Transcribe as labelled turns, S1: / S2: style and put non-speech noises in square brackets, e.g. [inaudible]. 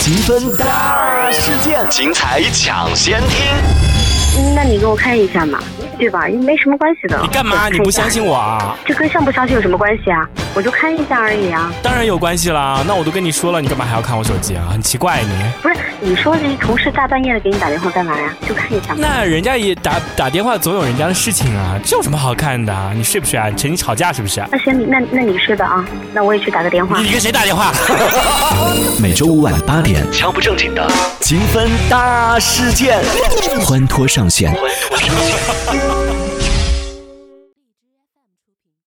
S1: 积分大事件，
S2: 精彩抢先听。
S3: 嗯那你给我看一下嘛，对吧？也没什么关系的。
S4: 你干嘛？
S3: 我看一
S4: 你
S3: 下
S4: 不相？信我 [laughs] 啊？
S3: 这跟相不相信有什么关系啊？我就看一下而已啊。
S4: 当然有关系啦。那我都跟你说了，你干嘛还要看我手机啊？很奇怪你。
S3: 不是，你说这同事大半夜的给你打电话干嘛呀？就看一下嘛。
S4: 那人家也打打电话，总有人家的事情啊，这有什么好看的啊？你睡不睡啊？趁你吵架是不是？
S3: 那行，你那那你睡吧啊，那我也去打个电话。
S4: 你给谁打电话？
S1: 每周五晚八点，
S2: 敲不正经的，
S1: 积分大事件，欢脱上线。
S2: 欢脱上线。